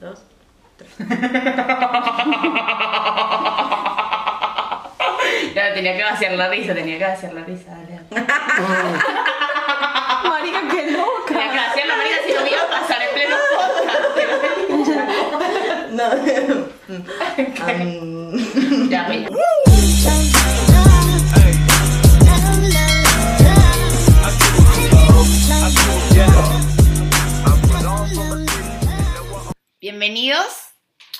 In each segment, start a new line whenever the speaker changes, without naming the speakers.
dos, tres. Claro, tenía que vaciar la risa, tenía que vaciar la risa, dale.
Marica, qué loca.
Tenía que vaciar la risa si no me iba a pasar en pleno podcast.
No. Um,
Ya me. Bienvenidos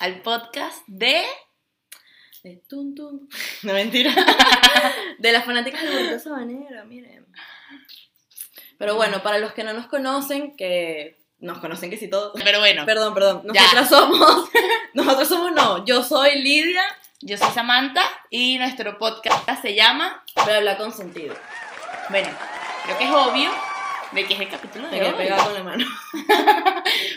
al podcast de.
De tum, tum.
No mentira.
De las fanáticas del mundo sabanero, miren. Pero bueno, para los que no nos conocen, que nos conocen que sí todos.
Pero bueno,
Perdón, perdón.
Ya.
Nosotras somos. Nosotros somos no. Yo soy Lidia,
yo soy Samantha y nuestro podcast se llama.
pero habla con sentido.
Bueno, creo que es obvio de que es el capítulo
Me
de
quedé
hoy.
pegada con la mano.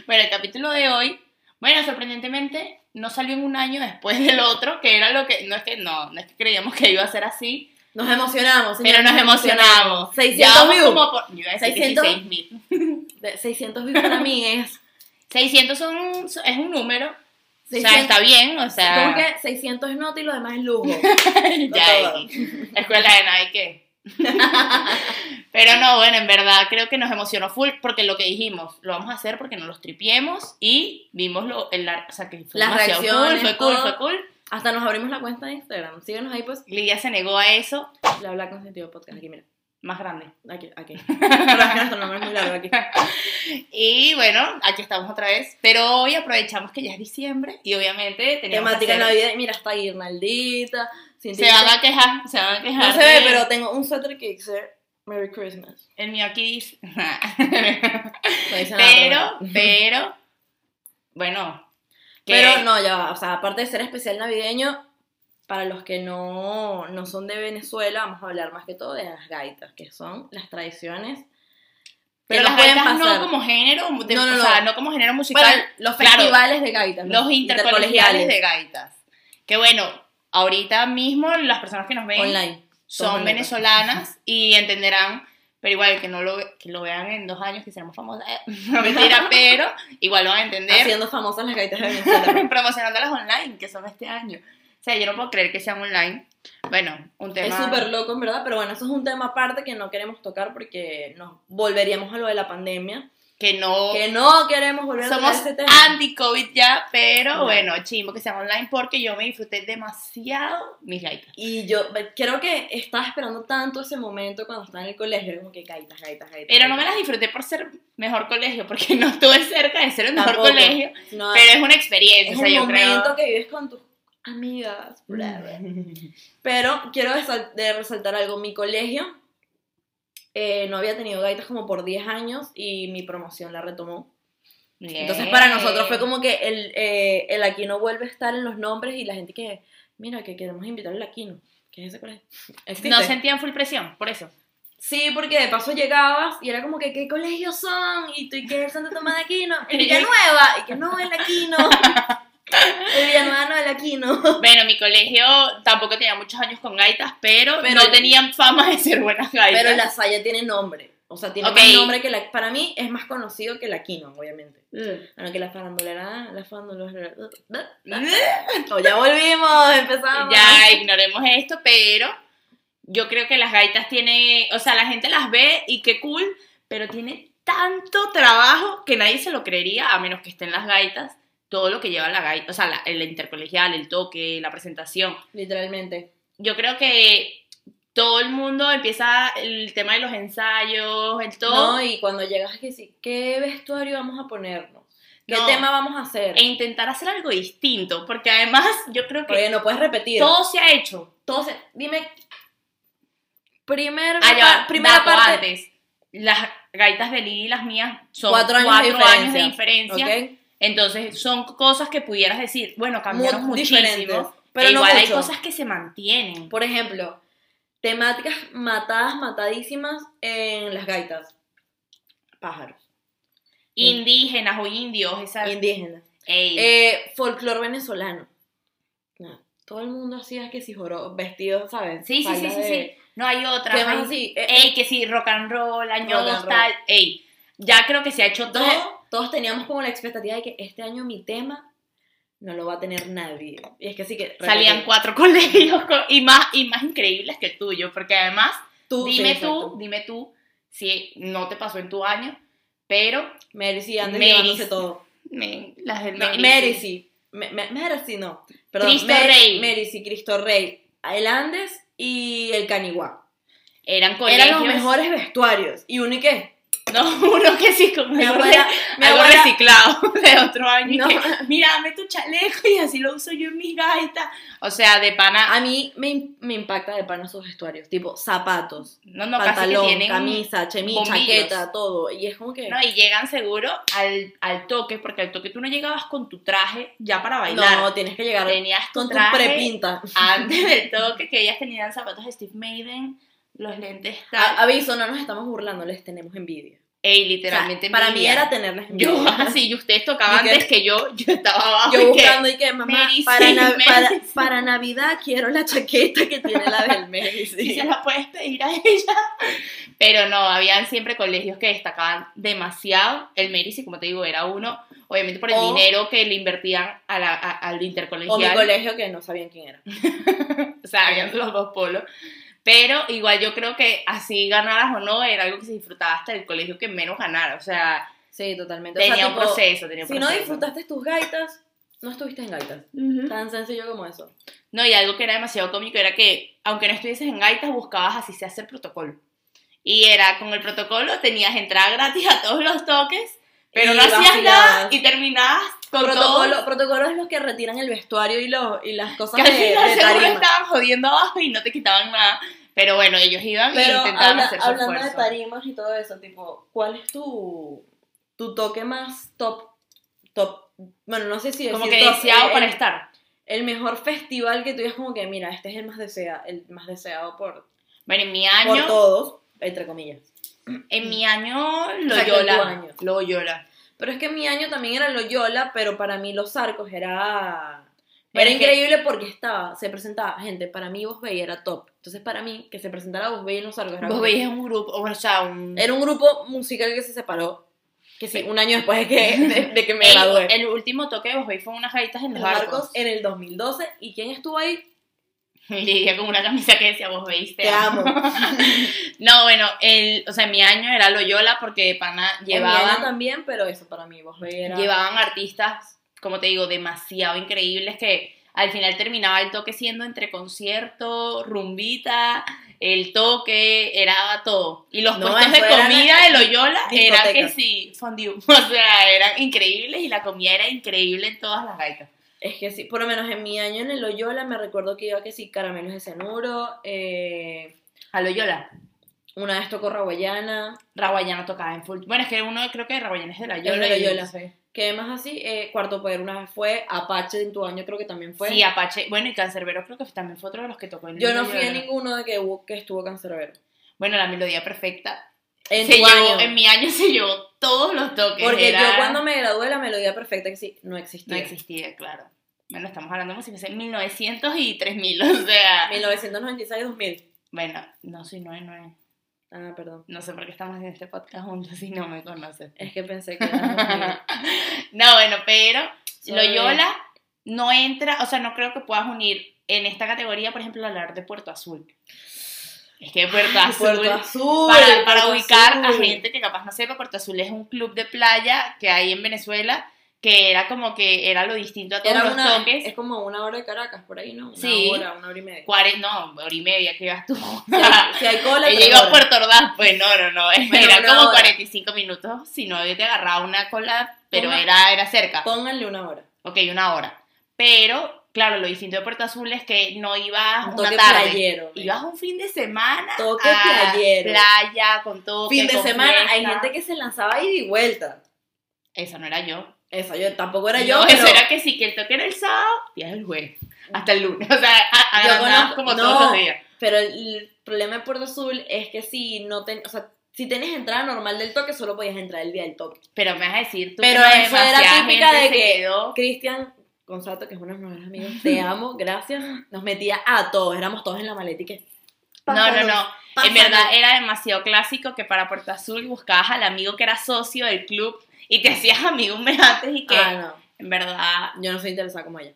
Bueno, el capítulo de hoy, bueno, sorprendentemente no salió en un año después del otro, que era lo que no es que no, no es que creíamos que iba a ser así,
Nos emocionamos.
pero
señores,
nos emocionamos.
600
Ya vamos
views.
como por- yo iba a decir
600.
16.000.
De 600 views para mí es.
600 son son- es un número. O
600.
sea, está bien, o
Como
sea,
que 600 es nota y lo demás es lujo.
ya
todo.
X. la escuela de Nike. Pero no, bueno, en verdad creo que nos emocionó full porque lo que dijimos, lo vamos a hacer porque nos los tripiemos y vimos lo, el, ar- o sea, que fue
Las
demasiado
reacciones,
cool, fue cool,
todo.
fue cool.
Hasta nos abrimos la cuenta de Instagram. Síguenos ahí, pues.
Lidia se negó a eso,
Le habla con sentido podcast. Aquí, mira.
más grande.
Aquí, aquí. Pero es que nuestro nombre es muy largo aquí.
Y bueno, aquí estamos otra vez. Pero hoy aprovechamos que ya es diciembre y obviamente teníamos
Temática
que hacer-
navideña. Mira, está guirnaldita. sin
Se van a quejar, se van a quejar.
No se ve,
de-
pero tengo un suéter que dice Merry Christmas.
El mío aquí dice...
No dice nada,
pero, pero... Bueno. que-
Pero no, ya va. O sea, aparte de ser especial navideño, para los que no, no son de Venezuela, vamos a hablar más que todo de las gaitas, que son las tradiciones. que
Pero las
pueden
gaitas no
pasar.
como género, de-
No, no,
o
no.
sea, no como género musical.
Bueno, los
claro,
festivales de gaitas.
los intercolegiales de gaitas. Que bueno, ahorita mismo las personas que nos ven...
Online.
son
Son
venezolanas y entenderán, pero igual que no lo, que lo vean en dos años que seremos famosas, eh, no mentira, pero igual lo van a entender
Haciendo famosas las gaitas de Venezuela.
promocionándolas online, que son este año. O sea, yo no puedo creer que sean online. Bueno, un tema...
es súper loco, en verdad, pero bueno, eso es un tema aparte que no queremos tocar porque nos volveríamos a lo de la pandemia.
Que no...
Que no queremos volver a
somos
tocar ese tema.
anti-COVID ya, pero
No.
bueno, chimbo que sean online porque yo me disfruté demasiado mis gaitas.
Y yo eh, creo que estaba esperando tanto ese momento cuando estaba en el colegio, era como que gaitas, gaitas, gaitas.
Pero no me las disfruté por ser mejor colegio, porque no estuve cerca de ser el mejor
Tampoco.
colegio,
No,
pero es una experiencia,
es
o sea,
el
yo creo-
momento que vives con tus amigas. bla, bla. Pero quiero desal- de resaltar algo. Mi colegio eh, no había tenido gaitas como por 10 años y mi promoción la retomó. Entonces para nosotros fue como que el, eh, el Aquino vuelve a estar en los nombres y la gente que, mira, que queremos invitar al Aquino. ¿Qué es ese colegio? ¿Existe?
No sentían full presión, por eso.
Sí, porque de paso llegabas y era como que, ¿qué colegios son? Y tú, ¿y qué es el Santo Tomás de Aquino? El Villanueva. Y que no, el Aquino. El Villanueva no, el Aquino.
Bueno, mi colegio tampoco tenía muchos años con gaitas, pero,
Pero-
no tenían fama de ser buenas gaitas.
Pero la Saya tiene nombre. O sea, tiene
Ok.
más nombre que la... Para mí es más conocido que el Aquino, obviamente. Bueno, que la farandulera... La farandulera...
Mm.
No, ya volvimos, empezamos.
ya ignoremos esto, pero yo creo que las gaitas tiene, o sea, la gente las ve y qué cool, pero tiene tanto trabajo que nadie se lo creería a menos que estén las gaitas, todo lo que lleva la gaita, o sea, la- el intercolegial, el toque, la presentación.
Literalmente.
yo creo que todo el mundo empieza el tema de los ensayos, el todo,
No, y cuando llegas aquí, sí, ¿qué vestuario vamos a ponernos? ¿Qué
No.
tema vamos a hacer?
e intentar hacer algo distinto, porque además yo creo que
Porque no puedes repetir.
todo se ha hecho.
Todo se- dime. Primer,
Ah, ya
pa-
va,
primera
dato
parte.
antes. Las gaitas de Lili y las mías son cuatro
Cuatro
años,
años de
de
diferencia,
diferencia.
¿ok?
Entonces son cosas que pudieras decir, bueno, cambiaron
Muy diferentes, E
muchísimo. Pero
Pero no
igual hay
mucho. Pues,
cosas que se mantienen.
Por ejemplo, temáticas matadas, matadísimas en las gaitas. Pájaros.
Indígenas o indios, esa-
Indígenas.
Ey.
Eh, folclor venezolano. No, todo el mundo hacía que si joró, vestidos, ¿sabes?
sí, sí, sí,
Faldas
sí,
de-
sí. No hay otra.
¿Qué
hay-
más así? Eh,
Ey, que sí, rock and roll, años,
Rock and
tal. Ey, ya creo que se ha hecho
Entonces,
todo.
todos teníamos como la expectativa de que este año mi tema no lo va a tener nadie. Y es que sí que...
Salían cuatro colegios co- y más, y más increíbles que el tuyo, porque además,
Tú, sí,
dime
exacto.
tú, dime tú, si no te pasó en tu año, pero
Mary sí, Andes
Mary.
llevándose todo.
me- las del
Mary,
Mary, sí.
sí. Me- me- Mary sí, no. Perdón,
Cristo
Mary,
Rey.
Mary sí, Cristo Rey. El Andes y el Canigua.
eran colegios.
Eran los mejores vestuarios. ¿Y uno y qué?
No, uno que sí, con
Mi
algo
abuela, mi
algo
abuela-
reciclado de otro año. y
No.
que, Mira, dame tu chaleco y así lo uso yo en mis gaitas. O sea, de pana.
A mí me, im- me impacta de pan esos vestuarios, tipo zapatos,
No, no, casi que
pantalón,
tienen.
camisa, chemis,
bombillos.
chaqueta, todo. Y es como que...
No, y llegan seguro al, al toque, porque al toque tú no llegabas con tu traje ya para bailar.
No, tienes que llegar
Tenías tu
con tu
traje
prepinta.
antes del toque, que ellas tenían zapatos de Steve Maiden, los lentes tal.
A- aviso, no nos estamos burlando, les tenemos envidia.
Ey,
O sea,
literalmente
para mí
envidia.
era tenerles envidia.
Yo así, y ustedes tocaban
Y que-
antes que yo, yo estaba abajo.
Yo
y que-
buscando y que, mamá,
Mary,
para,
sí,
nav-
Mary,
para,
sí.
para Navidad quiero la chaqueta que tiene la del Mary. sí.
si se la puedes pedir a ella. Pero no, habían siempre colegios que destacaban demasiado. El Merici, como te digo, era uno, obviamente por el
O-
dinero que le invertían a la- a- al
O mi
intercolegial.
colegio que no sabían quién era.
o sea, habían los dos polos. Pero igual yo creo que así ganaras o no era algo que se disfrutaba hasta el colegio que menos ganara. O sea,
Sí, totalmente. O sea,
tenía un
tipo,
proceso, tenía un
Si no
proceso.
disfrutaste tus gaitas, no estuviste en gaitas.
Ujú.
Tan sencillo como eso.
No, y algo que era demasiado cómico era que, aunque no estuvieses en gaitas, buscabas así se hace el protocolo. Y era con el protocolo, tenías entrada gratis a todos los toques, pero
Y
no hacías
vacilabas.
nada y terminabas con
Protocolo,
todo.
protocolo es los que retiran el vestuario y, los y las cosas
Que
de,
al final
de
seguro
tarima.
estaban jodiendo abajo y no te quitaban nada. Pero bueno, ellos iban y
Pero
intentaban
habla-
hacer su
hablando
esfuerzo.
de tarimas y todo eso, tipo, ¿cuál es tu, tu toque más top? top bueno, no sé si
Como
decir
que
top,
deseado
eh,
para
el,
estar.
el mejor festival que tú digas como que, mira, este es el más deseado, el más deseado por,
Bueno, en mi
por
año,
todos, entre comillas.
en mi año,
Exacto, en tu
Loyola.
año.
Loyola.
Pero es que mi año también era Loyola, pero para mí Los Arcos era...
Pero
Era
es que-
increíble porque estaba, se presentaba, gente, para mí Vos Bay era top. Entonces para mí, que se presentara Vos Bay en Los Arcos era
Vos
como-
veías un grupo, o sea, un...
Era un grupo musical que se separó. Que sí, un año después de que, de, de que me
Ey,
gradué.
el último toque de Vos veis fue unas gaitas en los,
Los Arcos
arcos.
en el 2012. ¿Y quién estuvo ahí?
Lidia con una camisa que decía, vos veis, te
Te
amo".
amo.
No, bueno, el, o sea, mi año era Loyola porque de pana
En mi año
llevaban,
también, pero eso para mí, vos veías.
llevaban artistas, como te digo, demasiado increíbles que al final terminaba el toque siendo entre concierto, rumbita, el toque, era todo. Y los
No,
puestos de
eso era
comida de Loyola eran que
discoteca.
sí, fondue. O sea, eran increíbles y la comida era increíble en todas las gaitas.
Es que sí, por lo menos en mi año en el Loyola me recuerdo que iba que sí, caramelos de cenuro, eh,
A Loyola,
una vez tocó Raguayana,
Raguayana tocaba en full. Bueno, es que uno creo que Raguayana es de
Es
Loyola.
de
y-
Loyola. que más así, eh, Cuarto Poder una vez fue, Apache en tu año creo que también fue.
Sí, Apache. Bueno, y Cancerbero creo que también fue otro de los que tocó en
Yo no fui a
Loyola.
ninguno de que, hubo- que estuvo Cancerbero.
Bueno, la melodía perfecta.
En
se
tu
llevó,
año.
en mi año se llevó todos los toques.
Porque
era-
yo cuando me gradué la melodía perfecta que sí, no existía.
No existía, claro. Bueno, estamos hablando como si fuese 1900 y 3000, o sea...
1996-2000.
Bueno, no soy 99.
Ah, perdón.
No sé por qué estamos en este podcast juntos si no me conoces.
Es que pensé que era
no, bueno, pero
2000.
Loyola no entra, o sea, no creo que puedas unir en esta categoría, por ejemplo, hablar de Puerto Azul. Es que Puerto
Sorry.
Azul...
Puerto Azul.
para, para
Puerto
ubicar a
Azul.
gente que capaz no sepa, Puerto Azul es un club de playa que hay en Venezuela que era como que era lo distinto a todos
Era
los
una,
toques.
es como una hora de Caracas, por ahí, ¿no? Una
Sí.
hora, una hora y media.
Cuare- no, hora y media que ibas tú. O
Si
sea,
hay, si hay cola,
ella
tres
iba a
horas.
Puerto Ordaz, pues no, no, no.
Bueno,
era
una
como
hora.
45 minutos, si no yo te agarraba una cola, pero
Una-
era, era cerca.
Pónganle una hora.
Ok, una hora. Pero, claro, lo distinto de Puerto Azul es que no ibas
Un
Ah, una
toque
tarde.
playero. ¿no?
Ibas un fin de semana
Toque
a
playero.
playa con todo
fin de semana, hay gente que se lanzaba ida y vuelta.
Esa no era yo.
Eso yo tampoco era
No,
yo,
eso
pero
era que sí, que el toque era el sábado y es el jueves. Hasta el lunes. O sea, a- a-
Yo
andabas
conozco-
como
no.
todos los días.
Pero el, el problema de Puerto Azul es que si no ten, o sea, si tenés entrada normal del toque, solo podías entrar el día del toque.
Pero me vas a decir tú
Pero
que
eso era
demasiada
típica
gente
de
se
que-
quedó.
Cristian Gonzato, que es uno de mis mejores amigos, te amo, gracias, nos metía a todos, éramos todos en la maleta y que...
No, no,
pásanos,
no. En
pásanos.
verdad era demasiado clásico que para Puerto Azul buscabas al amigo que era socio del club y te hacías amigo un mes antes y que
Ah, no.
en verdad...
Yo no soy interesada como ella.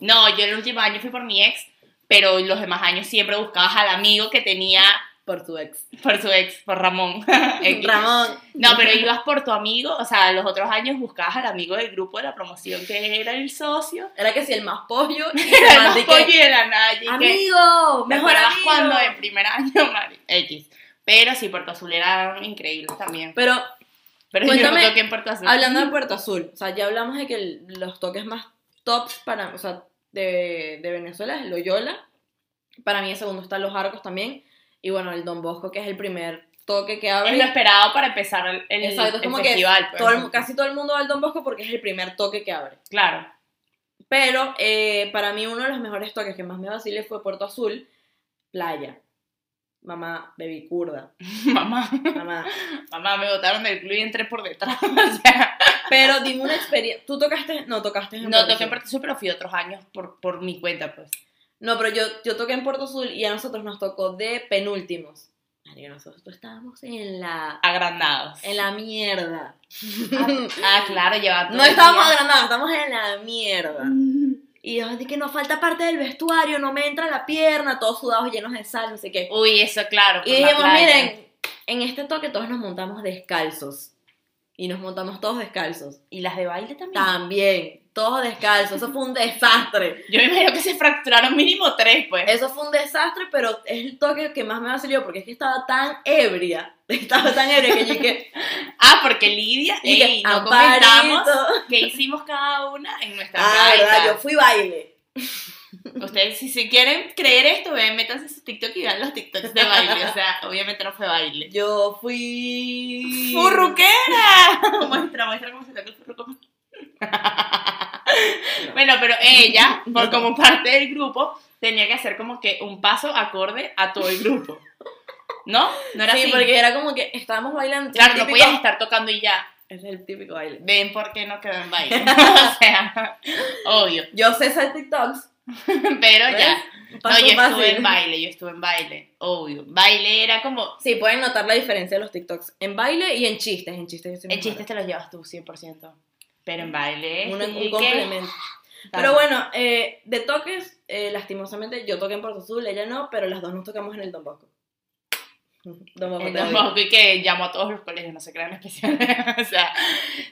No, yo el último año fui por mi ex, pero los demás años siempre buscabas al amigo que tenía
Por tu ex.
por su ex, por Ramón. X.
Ramón.
No, pero ibas por tu amigo, o sea, los otros años buscabas al amigo del grupo de la promoción que era el socio.
Era que si el más pollo. Y
Era el
el
más
de que,
pollo y era nadie, que-
Amigo,
¿Te
mejor
acuerdas
amigo.
cuando en primer año, Mari? X. Pero sí, Puerto Azul era increíble también.
Pero
Pero yo
Cuéntame,
no toqué en Puerto Azul.
hablando de Puerto Azul, o sea, ya hablamos de que el- los toques más tops para, o sea, de, de Venezuela es Loyola. Para mí el segundo está Los Arcos también. Y bueno, el Don Bosco, que es el primer toque que abre.
Es lo esperado para empezar el, el-
Exacto, es
el
como que
festival. pues.
todo el- casi todo el mundo va al Don Bosco porque es el primer toque que abre.
Claro.
Pero eh, para mí uno de los mejores toques que más me vacilé fue Puerto Azul, playa. Mamá, baby curda.
Mamá,
Mamá.
mamá, me botaron del club y entré por detrás. O sea,
Pero dime una experiencia. ¿Tú tocaste? No, tocaste en
no
Puerto
toqué
Azul.
en Puerto Azul, pero fui otros años por, por mi cuenta, pues.
No, pero yo, yo toqué en Puerto Azul y a nosotros nos tocó de penúltimos. Marica, nosotros estábamos en la,
Agrandados.
en la mierda.
Ah, claro, llevaba todo
no
el
estábamos
día.
agrandados, estamos en la mierda. Y yo dije que nos falta parte del vestuario, no me entra la pierna, todos sudados, llenos de sal, no sé qué.
Uy, eso, claro. por
Y
la
dijimos,
playa.
miren, en este toque todos nos montamos descalzos. Y nos montamos todos descalzos.
Y las de baile también.
También, todos descalzos. Eso fue un desastre.
Yo me imagino que se fracturaron mínimo tres, pues.
Eso fue un desastre, pero es el toque que más me ha salido porque es que estaba tan ebria. Estaba tan ebria que yo dije, "Ah,
Ah, porque Lidia,
y que,
ey, no
"Amparito".
comentamos qué hicimos cada una en nuestra
Ah, verdad, yo
gaitas.
fui baile.
Ustedes, si se quieren creer esto, ven, métanse a su TikTok y vean los TikToks de baile. O sea, obviamente no fue baile.
Yo fui.
¡Furruquera! muestra, muestra cómo se toca el furruco. bueno, pero ella, por como parte del grupo, tenía que hacer como que un paso acorde a todo el grupo. ¿No? No era
Sí,
así.
porque era como que estábamos bailando.
Claro,
el
no
típico-
podías estar tocando y ya.
Es el típico baile.
Ven por qué no quedó en baile. o sea, obvio.
Yo sé hacer TikToks.
Pero
¿ves?
Ah, ya. No,
Paso
yo
fácil.
estuve en baile, yo estuve en baile, obvio. Baile era como.
Sí, pueden notar la diferencia de los TikToks. En baile y en chistes. En chistes. yo soy
En
mejor.
chistes te los llevas tú, 100%. Pero en baile.
Una-
sí,
un
que-
complemento. Pero bueno, eh, de toques, eh, lastimosamente, yo toqué en Puerto Azul, ella no, pero las dos nos tocamos en el Don Bosco. Don Bosco,
El
te lo
Don
digo.
Bosco y Eh, que llamó a todos los colegios, no se crean especiales. o sea,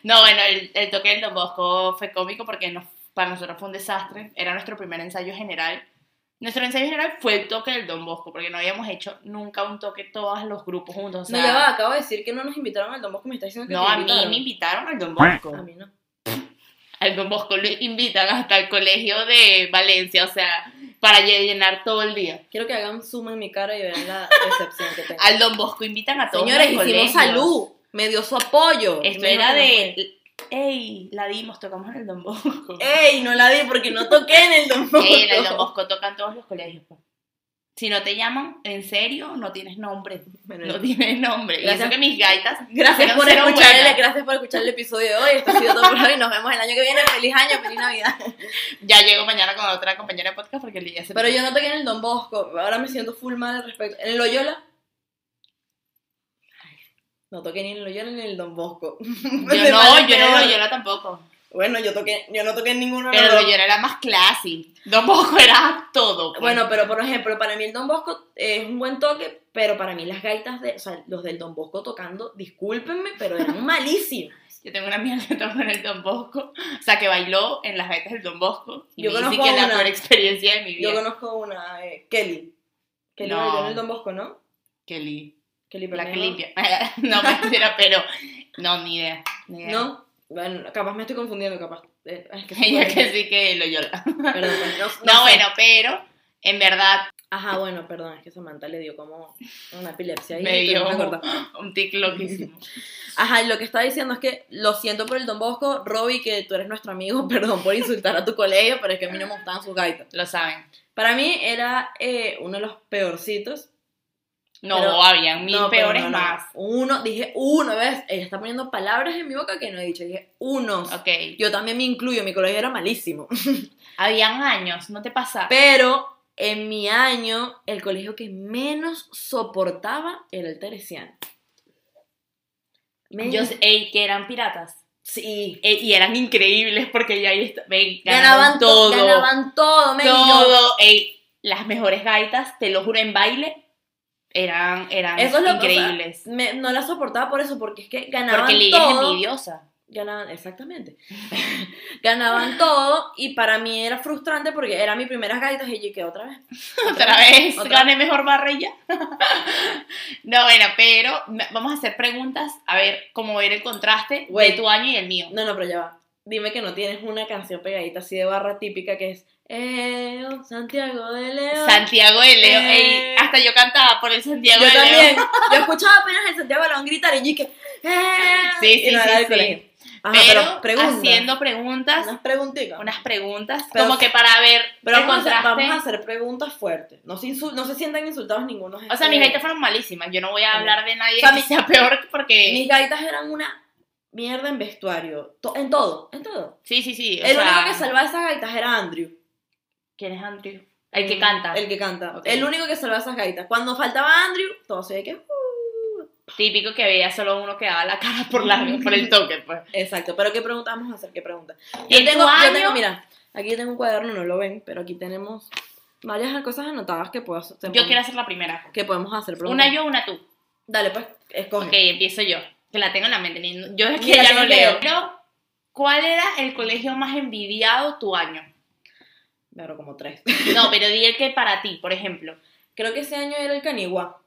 no, bueno, el, el toque del Don Bosco fue cómico porque nos- para nosotros fue un desastre. Era nuestro primer ensayo general. Nuestro ensayo general fue el toque del Don Bosco porque no habíamos hecho nunca un toque todos los grupos juntos. O sea,
no, ya va, acabo de decir que no nos invitaron al Don Bosco, me está diciendo que
no,
te
a mí
invitaron.
me invitaron al Don Bosco.
A mí no.
Al Don Bosco lo invitan hasta el colegio de Valencia, o sea, para llenar todo el día.
Quiero que hagan zoom en mi cara y vean la decepción que tengo.
Al Don Bosco invitan a todos
Señores,
los
hicimos
colegios.
salud, me dio su apoyo.
Esto
Me dijo
era
que
de... Ey, la dimos, tocamos en el Don Bosco.
no fue. ¡Ey! No la di porque no toqué en el Don Bosco.
Ey, en el Don Bosco tocan todos los colegios. pues. Si no te llaman, en serio, no tienes nombre.
Bueno,
No tienes nombre. Y
Gracias.
eso que mis gaitas...
Gracias
Pero
por,
será
escuchar
buena.
el, gracias por escuchar el episodio de hoy. Esto ha sido todo por hoy. Nos vemos el año que viene. Feliz año, feliz Navidad.
Ya llego mañana con otra compañera de podcast porque el día se...
Pero yo no toqué en el Don Bosco. Ahora me siento full mal al respecto. ¿En el Loyola? No toqué ni en el Loyola ni en el Don Bosco.
Yo no, yo no, yo no tampoco.
Bueno, yo, toqué, yo no toqué en ninguno de
Pero
los
lo
dos.
Loyola era más classy. Don Bosco era todo. pues.
Bueno, pero por ejemplo, para mí el Don Bosco es un buen toque, pero para mí las gaitas de... O sea, los del Don Bosco tocando, discúlpenme, pero eran malísimas.
Yo tengo una amiga que tocó en el Don Bosco. O sea, que bailó en las gaitas del Don Bosco. Y
Yo
me dice
conozco
que es
a
la
una.
peor experiencia de mi vida.
Yo conozco una, eh, Kelly. Kelly
No.
bailó en el Don Bosco, ¿no?
Kelly.
Kelly
La que
Perdomo.
limpia. no, mentira, pero... No, ni idea. Ni idea.
No, bueno, capaz me estoy confundiendo, capaz. Eh, es que-
Ella que sí que lo llora.
Perdón, no,
No,
sé.
bueno, pero... En verdad,
Ajá, bueno, perdón, es que Samantha le dio como una epilepsia ahí.
Me
y tuvimos
dio.
que cortar.
un tic loquísimo.
Ajá, y lo que estaba diciendo es que lo siento por el Don Bosco, Robbie, que tú eres nuestro amigo, perdón por insultar a tu colegio, pero es que a mí no me gustaban sus gaitas.
Lo saben.
Para mí era eh, uno de los peorcitos.
No,
Pero-
habían mil
No, pero
peores
no, no.
más.
Uno, dije uno, ¿ves? Ella está poniendo palabras en mi boca que no he dicho, dije unos.
Ok.
Yo también me incluyo, mi colegio era malísimo.
Habían años, no te pasa.
Pero en mi año, el colegio que menos soportaba era el Teresiano. Men-
Yo sé ey, que eran piratas.
sí.
Ey, y eran increíbles porque ya ahí está- ven,
Ganaban
ganaban
todo.
todo.
Ganaban todo, men, y yo-
todo. Ey, las mejores gaitas, te lo juro, en baile eran, eran
Eso es lo que-
increíbles.
me- no la soportaba por eso, porque es que ganaban
porque Lidia es
todo.
envidiosa.
ganaban, exactamente. ganaban todo y para mí era frustrante porque eran mis primeras gaitas y yo que otra vez.
Otra vez,
otra
gané mejor barra y ya. no, bueno, pero me- vamos a hacer preguntas a ver cómo ver el contraste
Güey.
de tu año y el mío.
No, no, pero ya va. Dime que no tienes una canción pegadita así de barra típica que es Eh, oh, Santiago de León.
Santiago de Leo,
Eh.
ey, hasta yo cantaba por el Santiago
yo
de Leo.
también. Yo escuchaba apenas el Santiago de León gritar y yo que Eh.
Sí, sí,
y no
sí,
era del
sí.
colegio. Ajá,
pero
Ah, pero, pregunta.
haciendo preguntas,
unas preguntitas.
unas preguntas,
Pero-
como que para ver
Pero
el
vamos a, hacer,
contraste.
vamos a hacer preguntas fuertes. No se, insul- no se sientan insultados ninguno.
O sea, mis gaitas fueron malísimas. Yo no voy a
este- Ajá.
hablar de nadie
O sea,
que
mis-
sea peor porque...
Mis gaitas eran una mierda en vestuario. To- en todo, en todo.
Sí, sí, sí. o
el
sea,
único que salvaba esas gaitas era Andrew.
¿Quién es Andrew? El que canta.
Mm, El que canta.
Ok.
El único que salvaba esas gaitas. Cuando faltaba Andrew, todos se que. "Uh".
Típico que veía solo uno que daba la cara por, la, por el toque, pues.
Exacto. Pero ¿qué pregunta vamos a hacer? ¿Qué pregunta?
¿Y en
Yo tengo,
tu
yo
año?
tengo, mira, aquí tengo un cuaderno, no lo ven, pero aquí tenemos varias cosas anotadas que puedo hacer.
Yo quiero hacer la primera.
que podemos hacer preguntas.
Una yo, una tú.
Dale, pues, escoge.
Ok, empiezo yo. Que la tengo en la mente. ni- Yo es que
Mira,
ya
tengo
no
que
leo.
leer.
Pero, ¿Cuál era el colegio más envidiado tu año?
Me abro como tres.
No, pero di el que para ti, por ejemplo.
Creo que ese año era el Canigua.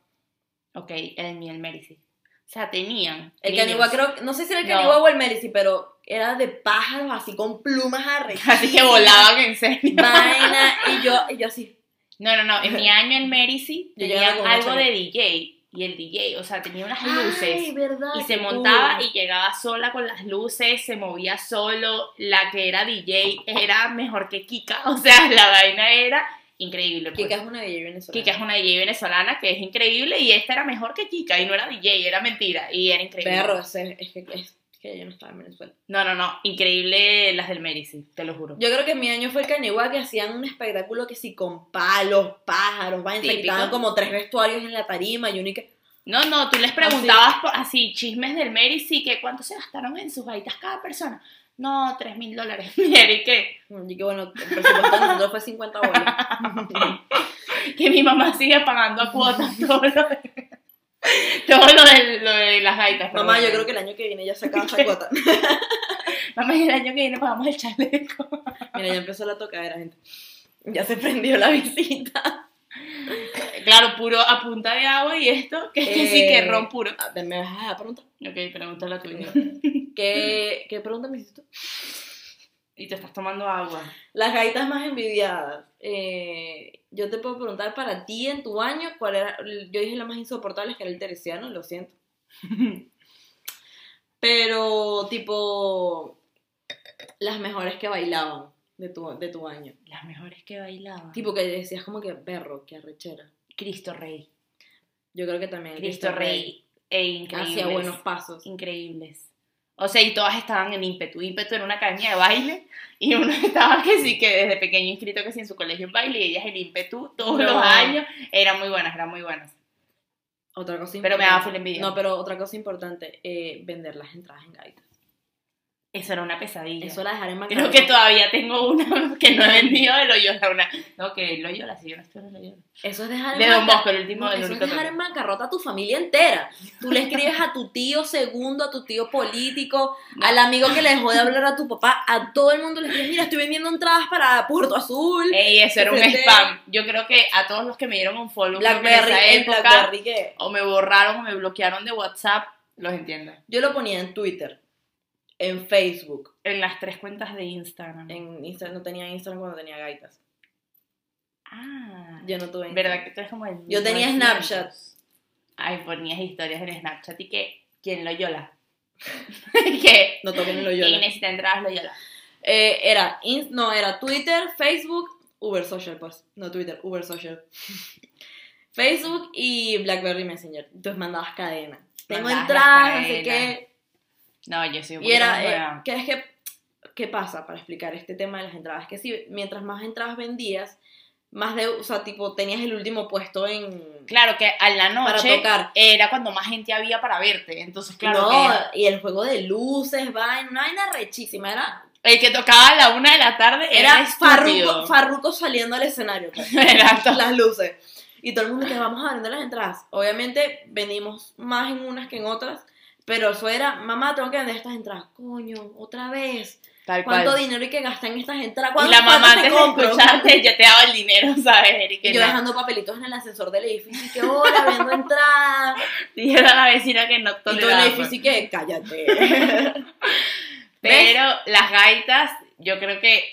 Ok, el mío, el Mary, sí. O sea, tenían.
El
niños.
Canigua, creo, no sé si era el
No.
Canigua o el Merici, pero era de pájaros así con plumas arrechas.
Así que volaban en serio.
Vaina, y yo, y yo así.
No, no, no. En mi año en Merici
Yo llegaba
tenían
con
algo
mucha
de DJ. Y el DJ, o sea, tenía unas
Ay,
luces.
verdad.
Y se
qué
montaba
cool.
y llegaba sola con las luces, se movía solo. La que era DJ era mejor que Kika. O sea, la vaina era increíble. pues.
Kika es una DJ venezolana.
Kika es una DJ venezolana que es increíble y esta era mejor que Kika y no era DJ, era mentira y era increíble.
Perro, ese- es, que, es que yo no estaba en Venezuela.
No, no, no, increíble las del Merici, te lo juro.
Yo creo que mi año fue el Canigua que hacían un espectáculo que sí con palos, pájaros, vaina, se
Típico.
quitaban como tres vestuarios en la tarima y uno y que.
No, no,
Ah,
tú les preguntabas por- así, chismes del Merici, que cuánto se gastaron en sus gaitas cada persona. No, tres mil dólares. Mira, ¿y qué?
Y que bueno, el presupuesto de nosotros fue 50 bolas.
Que mi mamá sigue pagando a cuotas todo lo de, todo lo de, lo de las gaitas.
Mamá, yo creo que el año que viene ya se acaba esa cuota.
Mamá, y el año que viene pagamos el chaleco.
Mira, ya empezó la tocadera, gente. Ya se prendió la visita.
Eh, Claro, puro a punta de agua y esto, que, que sí que
Eh,
ron puro.
Ah, te- ¿Me vas a dejar preguntar?
Ok, pregunta la tuya.
¿Qué, ¿Qué pregunta me hiciste? tú?
Y te estás tomando agua.
Las gaitas más envidiadas. Eh, yo te puedo preguntar para ti en tu año, ¿cuál era? Yo dije la más insoportable, que era el teresiano, lo siento. Pero, tipo, las mejores que bailaban de tu, de tu año.
Las mejores que bailaba.
Tipo, que decías como que perro, que arrechera.
Cristo Rey.
Yo creo que también.
Cristo Rey. E increíbles.
Hacía buenos pasos.
Increíbles. O sea, y todas estaban en ímpetu. Ímpetu era una academia de baile. Y uno estaba que sí, que desde pequeño inscrito que sí en su colegio en baile. Y ellas en ímpetu todos
No.
los años. Eran muy buenas, eran muy buenas.
Otra cosa
Pero me daba full envidia.
No, pero otra cosa importante, eh, vender las entradas en gaitas.
Eso era una pesadilla.
Eso la dejaré en
Creo
Macarena.
que todavía tengo una que no he vendido de Loyola. Una... No, que Loyola, sí, yo no estoy en Loyola.
Eso es dejar en
De Don
banca-
Bosco, el último,
No,
el
eso es
único
dejar
toque.
en bancarrota a tu familia entera. Tú le escribes a tu tío segundo, a tu tío político, al amigo que le dejó de hablar a tu papá, a todo el mundo le escribes, mira, estoy vendiendo entradas para Puerto Azul,
Ey, eso era un
Frente-
spam. Yo creo que a todos los que me dieron un follow creo que
Blackberry,
en esa
el
época,
Blackberry que-
o me borraron o me bloquearon de WhatsApp, los entiendo.
Yo lo ponía en Twitter, en Facebook,
En las tres cuentas de Instagram.
en Instagram, no tenía Instagram cuando tenía gaitas.
Ah,
Yo no tuve
¿verdad
Instagram.
que tú eres como el
Pues, Yo tenía
1900?
Snapchat.
Ay, ponías historias en Snapchat y que, ¿quién lo yola? que,
No toquen el
¿quién
Loyola.
necesita entradas lo yola?
Eh, era, ins- no, era Twitter, Facebook, Uber Social, pues. No Twitter, Uber Social. Facebook y BlackBerry Messenger. Entonces mandabas cadena. Tengo
Mandabas
entradas,
la
así
cadena.
que...
No, yo soy un
Y
poquito
era,
más
eh,
nueva.
¿qué es que, ¿qué pasa para explicar este tema de las entradas? Que si mientras más entradas vendías, más de, o sea, tipo, tenías el último puesto en...
Claro que a la
Para
noche
tocar.
era cuando más gente había para verte. Entonces, claro
no,
que
y el juego de luces, va en una vaina rechísima, era,
el que tocaba a la una de la tarde era,
era
estúpido.
farruco, farruco saliendo al escenario, pues,
Era to-
las luces. Y todo el mundo que vamos a vender las entradas. Obviamente vendimos más en unas que en otras, pero eso era, mamá, tengo que vender estas entradas. Coño, otra vez.
Tal cual.
¿Cuánto dinero hay que gastar en estas entradas?
Y
¿Cuándo-
la mamá
cuándo te
antes de
compro?
escucharte ya te daba el dinero, ¿sabes? Erika?
Y yo dejando papelitos en el ascensor del edificio, y que hola, vendo entradas.
Y era la vecina que no
Y todo el
toleraba.
edificio, y que cállate.
Pero las gaitas, yo creo que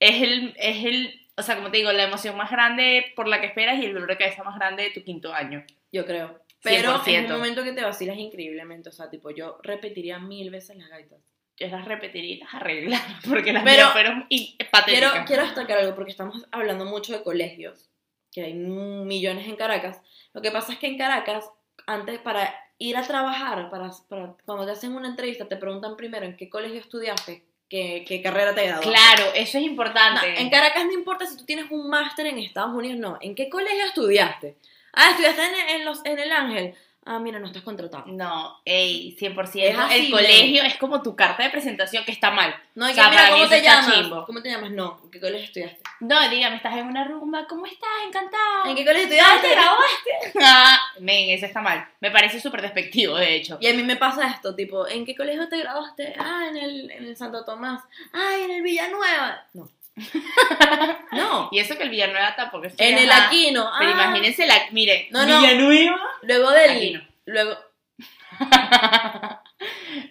es el, es el, o sea, como te digo, la emoción más grande por la que esperas y el dolor de cabeza más grande de tu quinto año.
Yo creo. Pero es
100%.
un momento que te vacilas increíblemente. O sea, tipo, yo repetiría mil veces las gaitas.
Yo las repetiría y las arreglaría porque las
Pero-
mías fueron y- patéticas.
Quiero, quiero destacar algo porque estamos hablando mucho de colegios, que hay millones en Caracas. Lo que pasa es que en Caracas, antes para ir a trabajar, para, para- cuando te hacen una entrevista, te preguntan primero en qué colegio estudiaste, qué, qué carrera te graduaste.
Claro, eso es
No,
importante.
en Caracas no importa si tú tienes un máster en Estados Unidos, no. ¿En qué colegio estudiaste? Ah, estudiaste en, en los, en el Ángel. Ah, mira, no estás contratado.
No, ey, 100%.
Es así,
el
men.
colegio es como tu carta de presentación que está mal.
No, y
O
que
sea,
mira,
para mí
¿cómo
eso
te
está
llamas?
chimbo.
¿Cómo te llamas? No, ¿en qué colegio estudiaste?
No, dígame, estás en una rumba, ¿cómo estás? Encantado.
¿En qué colegio
Ah,
estudiaste?
¿Te grabaste? Ah, men, eso está mal. Me parece súper despectivo, de hecho.
Y a mí me pasa esto, tipo, ¿en qué colegio te graduaste? Ah, en el, en el Santo Tomás. Ah, en el Villanueva. No. No.
Y eso que el Villanueva tampoco es que-
En el
ajá.
Aquino. Ah,
Pero imagínense la. Mire,
No, no.
Villanueva.
Luego del.
Aquino.
Luego.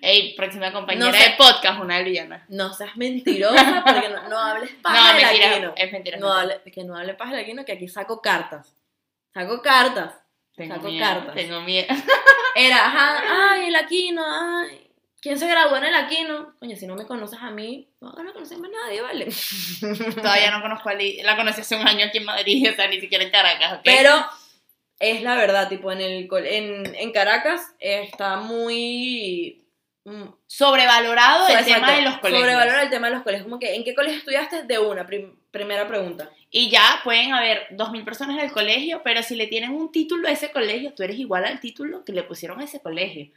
Ey, próxima compañera
No sé.
de podcast, una del Villanueva.
No seas mentirosa porque no, no hables paja
No,
del
mentira,
Aquino.
es mentira. es
No
mentira.
hable, que no hable paja del Aquino, que aquí saco cartas. Saco cartas.
Tengo
saco
miedo,
cartas.
tengo miedo.
Era, ajá, ay, el Aquino, ay. ¿Quién se graduó en el Aquino? Coño, si no me conoces a mí, no, no conoces más a nadie, ¿vale?
Todavía no conozco a Lidia. La conocí hace un año aquí en Madrid, o sea, ni siquiera en Caracas, ¿ok?
Pero es la verdad, tipo, en, el, col- en, en Caracas eh, está muy... mm,
Sobrevalorado el
exacto,
tema de los colegios.
Sobrevalora el tema de los colegios. Como que, ¿en qué colegio estudiaste? De una, prim- primera pregunta.
Y ya pueden haber 2.000 personas en el colegio, pero si le tienen un título a ese colegio, tú eres igual al título que le pusieron a ese colegio.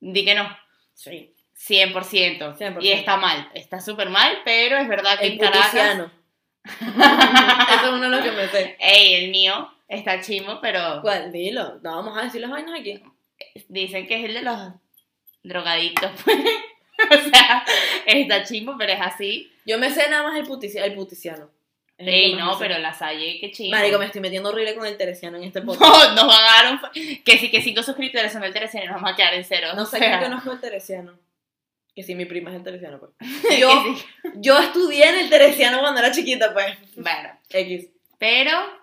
Di que no.
Sí.
100%.
100%.
Y está mal, está súper mal, pero es verdad que
El
en Caracas...
puticiano. Eso es uno de los que me sé.
Ey, el mío está chimo, pero
¿Cuál? Dilo. No, vamos a decir las vainas aquí.
dicen que es el de los drogadictos. pues. o sea, está chimo, pero es así.
Yo me sé nada más el, putici- el puticiano. Es el que
Ey,
más
no,
me sé.
pero la Salle, qué chimo.
Marico, me estoy metiendo horrible con el teresiano en este podcast.
No, nos pagaron. Que sí, que cinco suscriptores son el tercero y nos vamos a quedar en cero.
No sé
O sea,
quién conozco el teresiano. Que sí, mi prima es el teresiano, pues.
que
Yo,
sí.
yo estudié en el teresiano cuando era chiquita, pues.
Bueno,
X.
pero.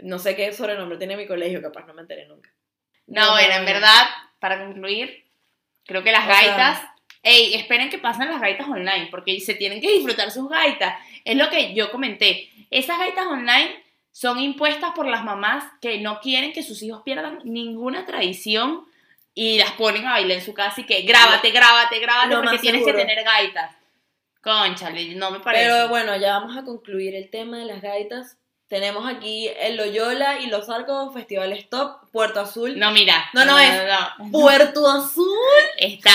No sé qué sobrenombre tiene mi colegio, capaz no me enteré nunca.
No, bueno, en verdad, para concluir, creo que las
O sea-
gaitas. Ey, esperen que pasen las gaitas online, porque se tienen que disfrutar sus gaitas. Es lo que yo comenté. Esas gaitas online son impuestas por las mamás que no quieren que sus hijos pierdan ninguna tradición y las ponen a bailar en su casa y que grábate, grábate, grábate,
Lo
porque
más
tienes
seguro.
que tener gaitas. Conchale, no me parece.
Pero bueno, ya vamos a concluir el tema de las gaitas. Tenemos aquí el Loyola y Los Arcos, Festival Stop, Puerto Azul.
No, mira.
No, no es.
no.
¡Puerto Azul!
Está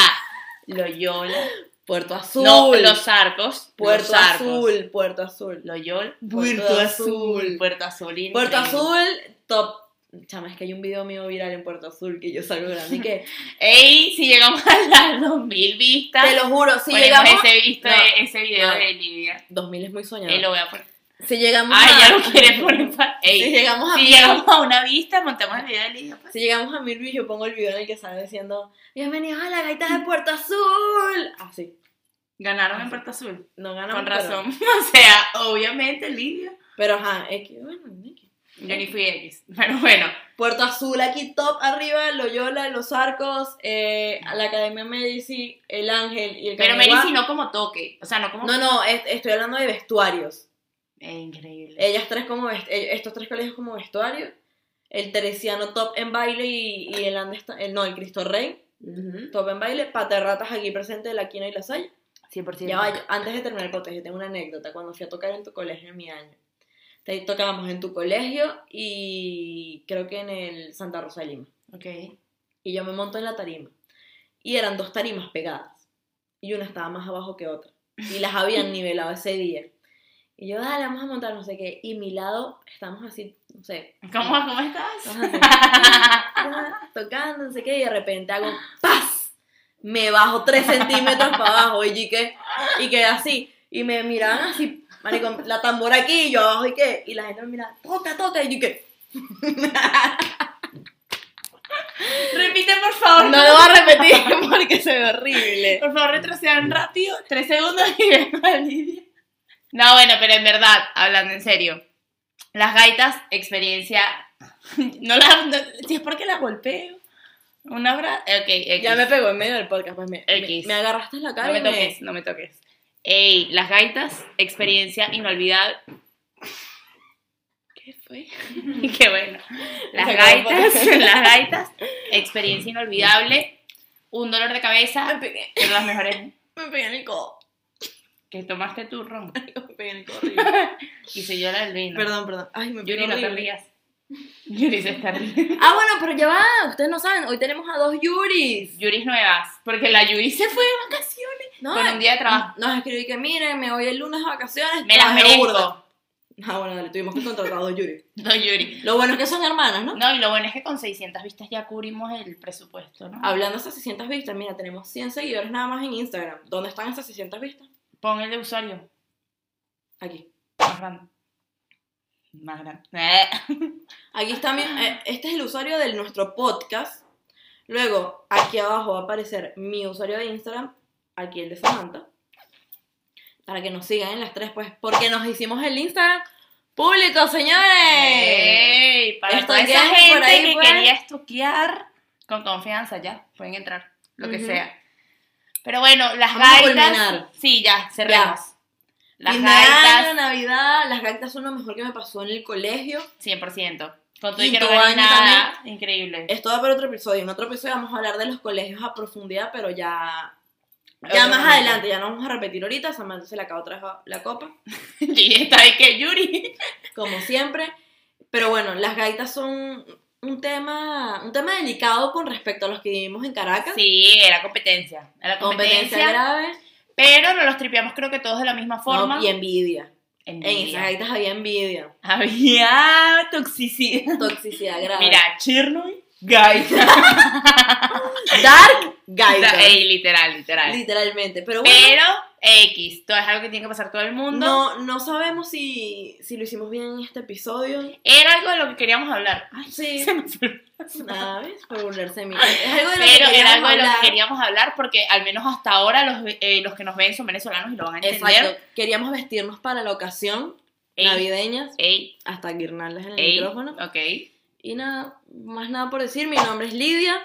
Loyola.
Puerto Azul.
No, los arcos.
Puerto
los arcos.
Azul, Puerto Azul.
Loyola.
Puerto Azul.
Puerto Azul. increíble.
Puerto Azul, top. Chama, es que hay un video mío viral en Puerto Azul que yo salgo grande. y que,
Ey, si llegamos a las 2000 vistas.
te lo juro, si
ponemos
llegamos.
ese, visto
No,
de- ese video
no.
de Lidia.
2000 es muy soñado.
Él lo voy a poner.
Si llegamos
Ay,
a.
ya lo quiere poner. pa- Ey.
Si llegamos a
Si llegamos a una vista, montamos el video de Lidia. pues.
Si llegamos a mil views, yo pongo el video en el que sale diciendo Bienvenidos a la gaita de Puerto Azul. Así.
Ganaron en Puerto Azul.
No ganamos.
Con
pero-
razón. O sea, obviamente Lidia.
Pero, ajá, es que, bueno, es que-
Yo ni fui X. Pero bueno.
Puerto Azul aquí top arriba, Loyola, Los Arcos, eh, a la Academia Medici, El Ángel y el
Pero
Caneguá.
Merici no como toque. O sea, no como.
No, no, es- estoy hablando de vestuarios.
Eh, increíble.
Ellas tres como vest- eh, estos tres colegios como vestuario. El Teresiano top en baile y, y el Andes, el, no, el Cristo Rey
Ujú.
top en baile. Paterratas aquí presente, La Quina y La Salle.
100%.
Ya va, yo- antes de terminar el podcast, yo tengo una anécdota. Cuando fui a tocar en tu colegio en mi año, Te- Tocábamos en tu colegio y creo que en el Santa Rosa de Lima.
Ok.
Y yo me monto en la tarima. Y eran dos tarimas pegadas. Y una estaba más abajo que otra. Y las habían nivelado ese día. Y yo, dale, vamos a montar, no sé qué. Y mi lado, estamos así, no sé.
¿Cómo, cómo estás?
estamos así, tocando, no sé qué. Y de repente hago ¡Paz! Me bajo tres centímetros para abajo. Y que y quedé así. Y me miraban así, maricón, la tambora aquí y yo abajo. ¿Y qué? Y la gente me miraba, toca, toca. Y yo, ¿qué?
Repite, por favor.
lo voy a repetir porque se ve horrible.
Por favor, retrocedan rápido. Tres segundos y ven a Lidia. No, bueno, pero en verdad, hablando en serio. Las gaitas, experiencia. No las. no- si es porque las golpeo. Una hora. Ok, X.
Ya me pegó en medio del podcast, pues me, me,
X.
me agarraste la cara
No me
y me-
toques, no me toques. Ey, las gaitas, experiencia inolvidable.
¿Qué fue?
Qué bueno. Las
Se acabó el
gaitas,
podcast.
las gaitas, experiencia inolvidable. Un dolor de
Me
cabeza,
pegué,
pero las mejores.
me pegué en el codo.
Que tomaste tu ron.
Me pegué en el codo. horrible.
Y se llora el vino.
Perdón, perdón. Ay, me pegué
Yuri, no te
horrible.
rías. Yuri se está riendo.
Ah, bueno, pero ya va. Ustedes no saben, hoy tenemos a dos Yuris.
Yuri nuevas, porque la Yuri se fue de vacaciones.
No,
Con un día de trabajo.
Nos escribí que miren, me voy el lunes a vacaciones.
Me las
trabajé burda.
merezco.
Ah, bueno, dale, tuvimos que contratar a dos Yuris.
No, Yuri.
Lo bueno es que son hermanas, ¿no?
No, y lo bueno es que con 600 vistas ya cubrimos el presupuesto, ¿no?
Hablando de esas 600 vistas, mira, tenemos 100 seguidores nada más en Instagram. ¿Dónde están esas 600 vistas?
Pon el de usuario.
Aquí.
Más grande. Más grande. Eh.
Aquí está mi, eh, este es el usuario de nuestro podcast. Luego, aquí abajo va a aparecer mi usuario de Instagram, aquí el de Samantha. Para que nos sigan en las tres, pues, porque nos hicimos el Instagram público, señores.
Ey, para toda esa
Estoquean Eh. por
gente
ahí,
que
pues.
quería estuquear con confianza, ya, pueden entrar, lo que
Ujú.
sea. Pero bueno, las
Vamos a
gaitas.
culminar.
Sí, ya, cerremos. Las
Fin de año,
gaitas,
Navidad, las gaitas son lo mejor que me pasó en el colegio.
100%. Con todo y que
Quinto
no gané
año Eh,
nada, increíble.
Esto va para otro episodio. En otro episodio vamos a hablar de los colegios a profundidad, pero ya,
Otro
ya más
momento.
adelante, ya no vamos a repetir ahorita. Samantha se le acaba otra vez la copa.
y está ahí que Yuri.
como siempre. Pero bueno, las gaitas son un tema, un tema delicado con respecto a los que vivimos en Caracas.
Sí, era competencia. Era competencia.
competencia, grave
pero no los tripeamos, creo que todos de la misma forma.
No, y envidia. En
Envidia.
esas gaitas había envidia,
Había toxicidad.
toxicidad grave.
Mira, Chernobyl, gaita.
Dark gaita.
Ey, literal, literal.
Literalmente. Pero bueno,
Pero X, todo es algo que tiene que pasar todo el mundo.
no, no sabemos si, si lo hicimos bien en este episodio.
Era algo de lo que queríamos hablar.
Sí,
Se me fue.
nada, ¿ves? Por burlarse de mí. Es algo de lo
Pero
que
era algo de
queríamos
lo que
hablar.
queríamos hablar porque al menos hasta ahora los, eh, los que nos ven son venezolanos y lo van a entender.
Exacto. Queríamos vestirnos para la ocasión,
Ey,
navideñas,
ey,
hasta guirnaldas en el
ey,
micrófono.
ok.
Y nada, más nada por decir. Mi nombre es Lidia.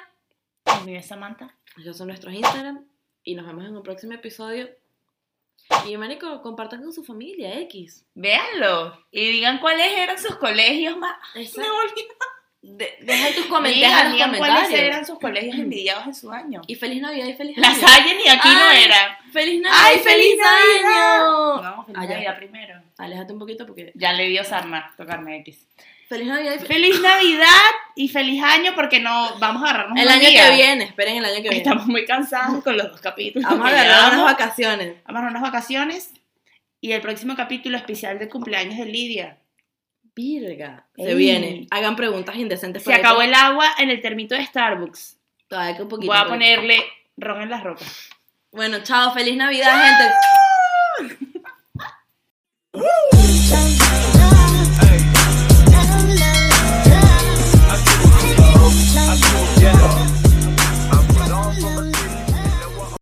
Mi nombre es Samantha.
Esos son nuestros Instagram. Y nos vemos en un próximo episodio. Y marico, compartan con su familia, X.
Véanlo y digan cuáles eran sus colegios más.
Exacto.
Me olvidé.
De- deja tus
Digan,
comentarios.
digan
los
cuáles
comentarios.
eran sus colegios envidiados en su año.
Y feliz Navidad y feliz
La
año.
Salle ni aquí no
Ay.
era.
¡Feliz Navidad!
Ay,
y
feliz Navidad.
año!
No, feliz
Ah, ya.
Navidad primero.
Aléjate un poquito porque.
Ya le dio Sarma tocarme X.
¡Feliz Navidad y feliz
Feliz Navidad y feliz año porque no vamos a agarrarnos
El
unos
año
días.
que viene, esperen el año que viene.
Estamos muy cansados con los dos capítulos.
Vamos a
que
agarrar unas
llevamos.
vacaciones.
Vamos a agarrar unas vacaciones y el próximo capítulo especial de cumpleaños de Lidia.
Virga. Se
Ey.
viene. Hagan preguntas indecentes.
Se acabó el agua en el termito de Starbucks.
Todavía que un poquito.
Voy a
pero-
ponerle ron en las ropas. ¡Ah!
Bueno, chao. Feliz Navidad, gente.